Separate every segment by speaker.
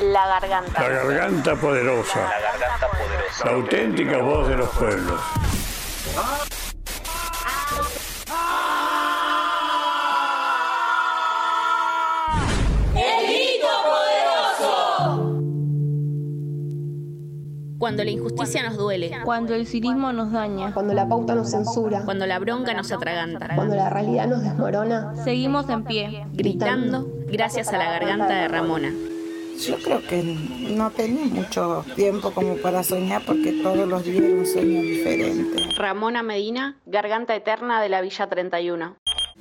Speaker 1: La garganta.
Speaker 2: La garganta poderosa.
Speaker 3: La garganta poderosa.
Speaker 2: La auténtica voz de los pueblos.
Speaker 4: Cuando la injusticia nos duele.
Speaker 5: Cuando el cinismo nos daña.
Speaker 6: Cuando la pauta nos censura.
Speaker 4: Cuando la bronca nos atraganta.
Speaker 6: Cuando la realidad nos desmorona.
Speaker 5: Seguimos en pie.
Speaker 4: Gritando gracias a la garganta de Ramona.
Speaker 7: Yo creo que no tenía mucho tiempo como para soñar porque todos los días era un sueño diferente.
Speaker 4: Ramona Medina, garganta eterna de la Villa 31.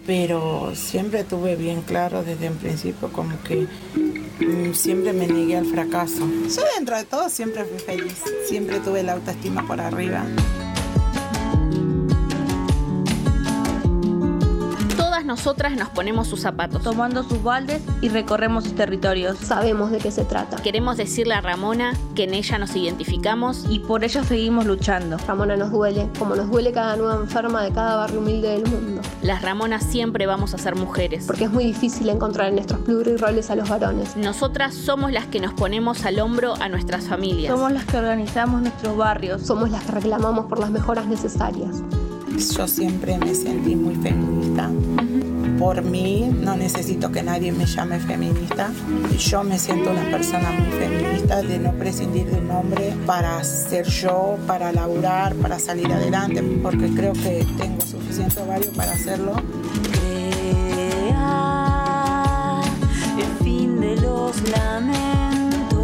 Speaker 7: Pero siempre tuve bien claro desde un principio como que mm, siempre me negué al fracaso. Yo dentro de todo siempre fui feliz, siempre tuve la autoestima por arriba.
Speaker 4: Todas nosotras nos ponemos sus zapatos.
Speaker 5: Tomando sus baldes y recorremos sus territorios.
Speaker 6: Sabemos de qué se trata.
Speaker 4: Queremos decirle a Ramona que en ella nos identificamos
Speaker 5: Y por ello seguimos luchando.
Speaker 6: Ramona nos duele, como nos duele cada nueva enferma de cada barrio humilde del mundo.
Speaker 4: y las Ramonas siempre vamos a ser mujeres.
Speaker 6: Porque es muy difícil encontrar en nuestros pluriroles a los varones.
Speaker 4: Nosotras somos las que nos ponemos al hombro a nuestras familias.
Speaker 5: Somos las que organizamos nuestros barrios.
Speaker 6: Somos las que reclamamos por las mejoras necesarias.
Speaker 7: Yo siempre me sentí muy feminista. Por mí no necesito que nadie me llame feminista. Yo me siento una persona muy feminista de no prescindir de un hombre para ser yo, para laburar, para salir adelante, porque creo que tengo suficiente ovario para hacerlo.
Speaker 8: Crear el fin de los lamentos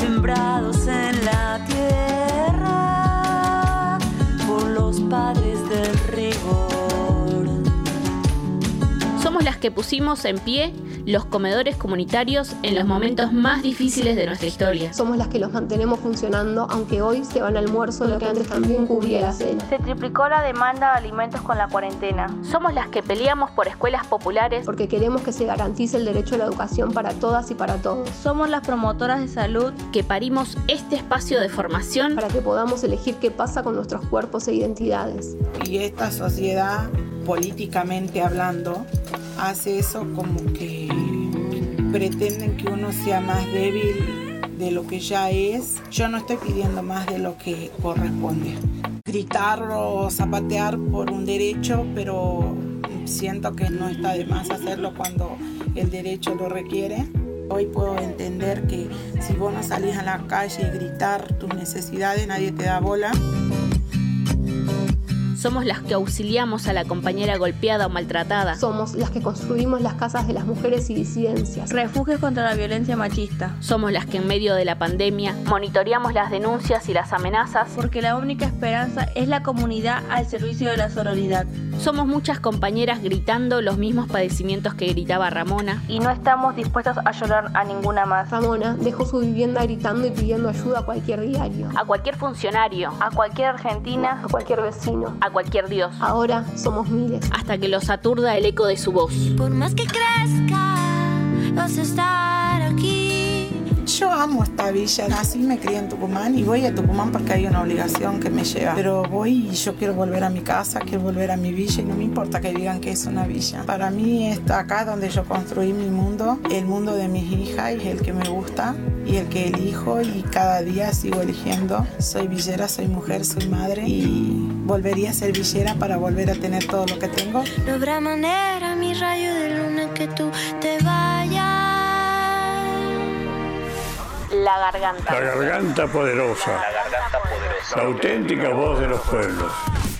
Speaker 8: sembrados en la tierra por los padres del rigor.
Speaker 4: Somos las que pusimos en pie los comedores comunitarios en los momentos más difíciles de nuestra historia.
Speaker 6: Somos las que los mantenemos funcionando, aunque hoy se van al almuerzo lo que antes también cubría la cena.
Speaker 5: Se triplicó la demanda de alimentos con la cuarentena.
Speaker 4: Somos las que peleamos por escuelas populares
Speaker 6: Porque queremos que se garantice el derecho a la educación para todas y para todos.
Speaker 5: Somos las promotoras de salud.
Speaker 4: que parimos este espacio de formación
Speaker 6: Para que podamos elegir qué pasa con nuestros cuerpos e identidades.
Speaker 7: Y esta sociedad, políticamente hablando, hace eso como que pretenden que uno sea más débil de lo que ya es. Yo no estoy pidiendo más de lo que corresponde. Gritar o zapatear por un derecho, pero siento que no está de más hacerlo cuando el derecho lo requiere. Hoy puedo entender que si vos no salís a la calle y gritar tus necesidades, nadie te da bola.
Speaker 4: somos las que auxiliamos a la compañera golpeada o maltratada.
Speaker 6: Somos las que construimos las casas de las mujeres y disidencias.
Speaker 5: Refugios contra la violencia machista.
Speaker 4: Somos las que en medio de la pandemia monitoreamos las denuncias y las amenazas.
Speaker 5: Porque la única esperanza es la comunidad al servicio de la sororidad.
Speaker 4: Somos muchas compañeras gritando los mismos padecimientos que gritaba Ramona.
Speaker 5: Y no estamos dispuestos a llorar a ninguna más.
Speaker 6: Ramona dejó su vivienda gritando y pidiendo ayuda a cualquier diario,
Speaker 4: A cualquier funcionario,
Speaker 5: A cualquier argentina.
Speaker 6: a cualquier vecino.
Speaker 4: a cualquier dios.
Speaker 6: Ahora somos miles.
Speaker 4: Hasta que los aturda el eco de su voz.
Speaker 8: Por más que crezca, vas a estar aquí.
Speaker 7: Yo amo esta villa, así me crié en Tucumán y voy a Tucumán porque hay una obligación que me lleva. Pero voy y yo quiero volver a mi casa, quiero volver a mi villa y no me importa que digan que es una villa. Para mí está acá donde yo construí mi mundo, el mundo de mis hijas y el que me gusta y el que elijo y cada día sigo eligiendo. Soy villera, soy mujer, soy madre y volvería a ser villera para volver a tener todo lo que tengo.
Speaker 8: No habrá manera, mi rayo de luna, que tú te vayas.
Speaker 1: La garganta.
Speaker 2: La garganta poderosa.
Speaker 3: La garganta poderosa.
Speaker 2: La auténtica voz de los pueblos.